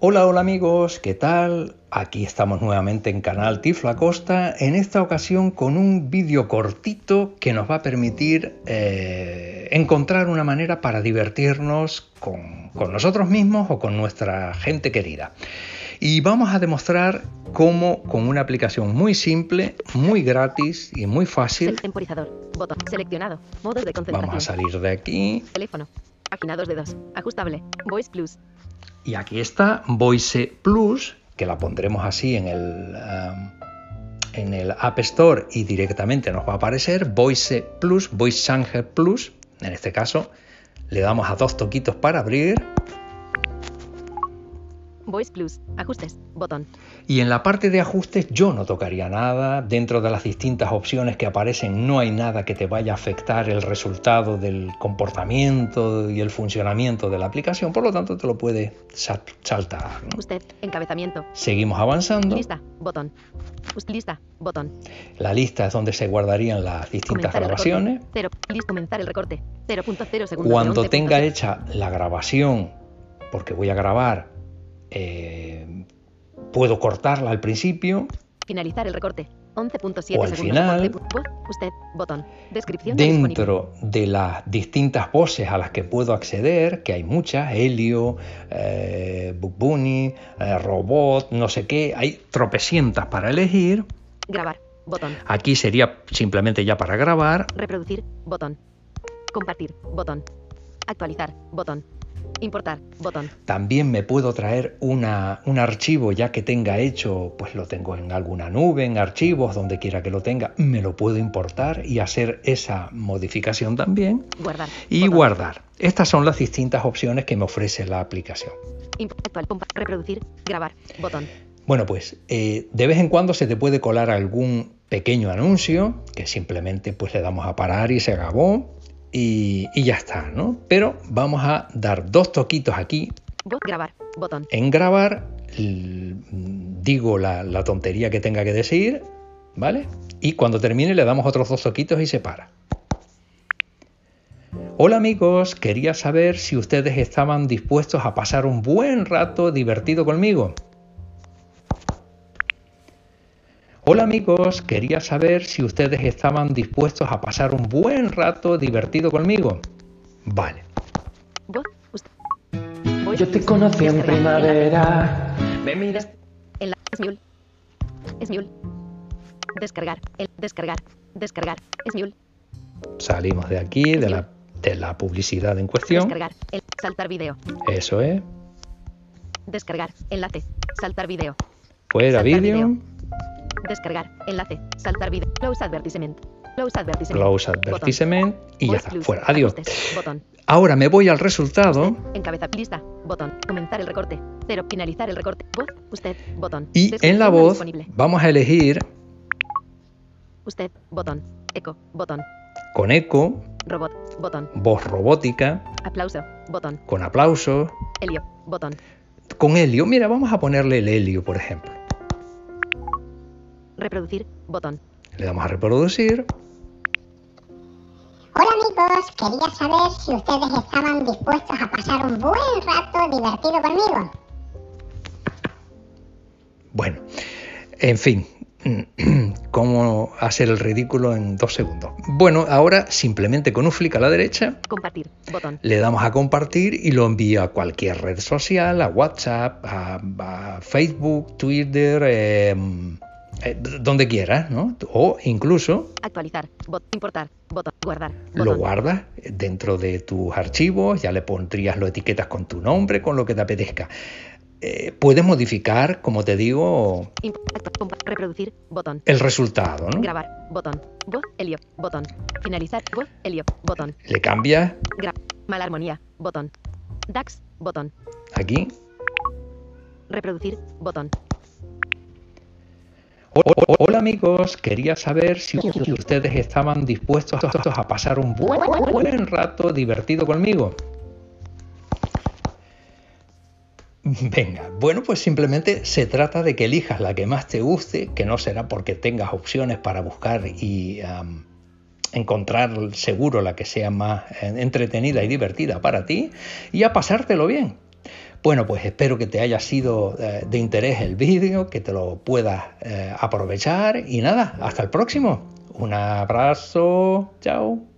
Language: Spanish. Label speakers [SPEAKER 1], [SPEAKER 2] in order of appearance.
[SPEAKER 1] Hola, hola amigos, ¿qué tal? Aquí estamos nuevamente en Canal Tifla Costa, en esta ocasión con un vídeo cortito que nos va a permitir eh, encontrar una manera para divertirnos con, con nosotros mismos o con nuestra gente querida. Y vamos a demostrar cómo con una aplicación muy simple, muy gratis y muy fácil...
[SPEAKER 2] Temporizador. Botón. Seleccionado. Modos de concentración.
[SPEAKER 1] Vamos a salir de aquí
[SPEAKER 2] Teléfono. Página dos dedos. Ajustable. Voice Plus.
[SPEAKER 1] Y aquí está Voice Plus, que la pondremos así en el, um, en el App Store y directamente nos va a aparecer Voice Plus, Voice Changer Plus. En este caso, le damos a dos toquitos para abrir
[SPEAKER 2] Voice Plus. Ajustes. Botón.
[SPEAKER 1] y en la parte de ajustes yo no tocaría nada. Dentro de las distintas opciones que aparecen no hay nada que te vaya a afectar el resultado del comportamiento y el funcionamiento de la aplicación, por lo tanto te lo puedes sa- saltar. ¿no?
[SPEAKER 2] Usted. Encabezamiento.
[SPEAKER 1] Seguimos avanzando.
[SPEAKER 2] Lista. Botón. Us- Lista. Botón.
[SPEAKER 1] La lista es donde se guardarían las distintas
[SPEAKER 2] el recorte.
[SPEAKER 1] grabaciones.
[SPEAKER 2] Cero. List- Comenzar el recorte. 0.0 segundos.
[SPEAKER 1] Cuando
[SPEAKER 2] de 11.0.
[SPEAKER 1] tenga hecha la grabación, porque voy a grabar, eh, puedo cortarla al principio.
[SPEAKER 2] Finalizar el recorte. 11.7
[SPEAKER 1] O
[SPEAKER 2] segundos.
[SPEAKER 1] al final.
[SPEAKER 2] 11 pu- voz. Usted. Botón. Descripción. de disponible.
[SPEAKER 1] Dentro de las distintas voces a las que puedo acceder, que hay muchas, Helio, eh, Bug Bunny, eh, Robot, no sé qué, hay tropecientas para elegir.
[SPEAKER 2] Grabar. Botón.
[SPEAKER 1] Aquí sería simplemente ya para grabar.
[SPEAKER 2] Reproducir. Botón. Compartir. Botón. Actualizar. Botón. Importar. Botón.
[SPEAKER 1] También me puedo traer una- un archivo ya que tenga hecho, pues lo tengo en alguna nube, en archivos, donde quiera que lo tenga, me lo puedo importar y hacer esa modificación también
[SPEAKER 2] Guardar.
[SPEAKER 1] y
[SPEAKER 2] Botón.
[SPEAKER 1] guardar. Estas son las distintas opciones que me ofrece la aplicación.
[SPEAKER 2] Imp- actual, compa- reproducir, grabar, botón.
[SPEAKER 1] Bueno, pues eh, de vez en cuando se te puede colar algún pequeño anuncio que simplemente pues le damos a parar y se acabó y, y ya está, ¿no? Pero vamos a dar dos toquitos aquí
[SPEAKER 2] Voz, grabar, botón.
[SPEAKER 1] en grabar l- digo la, la tontería que tenga que decir, ¿vale? Y cuando termine le damos otros dos toquitos y se para. Hola amigos, quería saber si ustedes estaban dispuestos a pasar un buen rato divertido conmigo. Hola amigos, quería saber si ustedes estaban dispuestos a pasar un buen rato divertido conmigo. Vale.
[SPEAKER 2] Voz, usted. Voz,
[SPEAKER 3] Yo te conocí en
[SPEAKER 2] Instagram,
[SPEAKER 3] primavera. Me
[SPEAKER 2] en la-
[SPEAKER 3] miras.
[SPEAKER 2] des- En la Smule. Smule. Descargar, el, descargar, descargar, Smule.
[SPEAKER 1] Salimos de aquí, de la, de la publicidad en cuestión.
[SPEAKER 2] Descargar, el, saltar video.
[SPEAKER 1] Eso es.
[SPEAKER 2] Descargar, enlace, saltar video.
[SPEAKER 1] Fuera
[SPEAKER 2] Saltar
[SPEAKER 1] vídeo.
[SPEAKER 2] vídeo. Descargar, enlace, saltar video. Close advertisement. Close advertisement.
[SPEAKER 1] Close
[SPEAKER 2] Botón.
[SPEAKER 1] advertisement. Y ya
[SPEAKER 2] Voice
[SPEAKER 1] está.
[SPEAKER 2] plus,
[SPEAKER 1] Fuera. Adiós.
[SPEAKER 2] ajustes, botón.
[SPEAKER 1] Ahora me voy al resultado.
[SPEAKER 2] Encabeza lista, botón, comenzar el recorte, cero, finalizar el recorte, voz, usted, botón.
[SPEAKER 1] Y en la
[SPEAKER 2] Descripción
[SPEAKER 1] voz
[SPEAKER 2] disponible.
[SPEAKER 1] vamos a elegir
[SPEAKER 2] Usted, botón, eco, botón,
[SPEAKER 1] con eco,
[SPEAKER 2] robot, botón,
[SPEAKER 1] voz robótica,
[SPEAKER 2] aplauso, botón,
[SPEAKER 1] con aplausos,
[SPEAKER 2] helio, botón,
[SPEAKER 1] con helio. Mira, vamos a ponerle el helio, por ejemplo.
[SPEAKER 2] reproducir, botón,
[SPEAKER 1] Le damos a reproducir.
[SPEAKER 4] Hola amigos, quería saber si ustedes estaban dispuestos a pasar un buen rato divertido conmigo.
[SPEAKER 1] Bueno, en fin, cómo hacer el ridículo en dos segundos. Bueno, ahora simplemente con un flick a la derecha
[SPEAKER 2] compartir, botón,
[SPEAKER 1] le damos a compartir y lo envío a cualquier red social, a WhatsApp, a, a Facebook, Twitter, eh, eh, donde quieras, ¿no? O incluso
[SPEAKER 2] actualizar, bot, importar, botón, guardar,
[SPEAKER 1] lo
[SPEAKER 2] botón,
[SPEAKER 1] guardas dentro de tus archivos, ya le pondrías lo etiquetas con tu nombre, con lo que te apetezca. Eh, puedes modificar, como te digo,
[SPEAKER 2] imp- actu- compa- reproducir, botón,
[SPEAKER 1] el resultado, ¿no?
[SPEAKER 2] grabar, botón, voz, helio, botón, finalizar, voz, helio, botón,
[SPEAKER 1] Le cambias
[SPEAKER 2] gra- mala armonía, botón, DAX, botón,
[SPEAKER 1] aquí.
[SPEAKER 2] reproducir, botón,
[SPEAKER 1] Ho- ho- Hola amigos, quería saber si si ustedes estaban dispuestos a pasar un buen, buen rato divertido conmigo. Venga, bueno, pues simplemente se trata de que elijas la que más te guste, que no será porque tengas opciones para buscar y am, encontrar seguro la que sea más eh, entretenida y divertida para ti, y a pasártelo bien. Bueno, pues espero que te haya sido eh, de interés el vídeo, que te lo puedas eh, aprovechar y nada, hasta el próximo. Un abrazo, chao.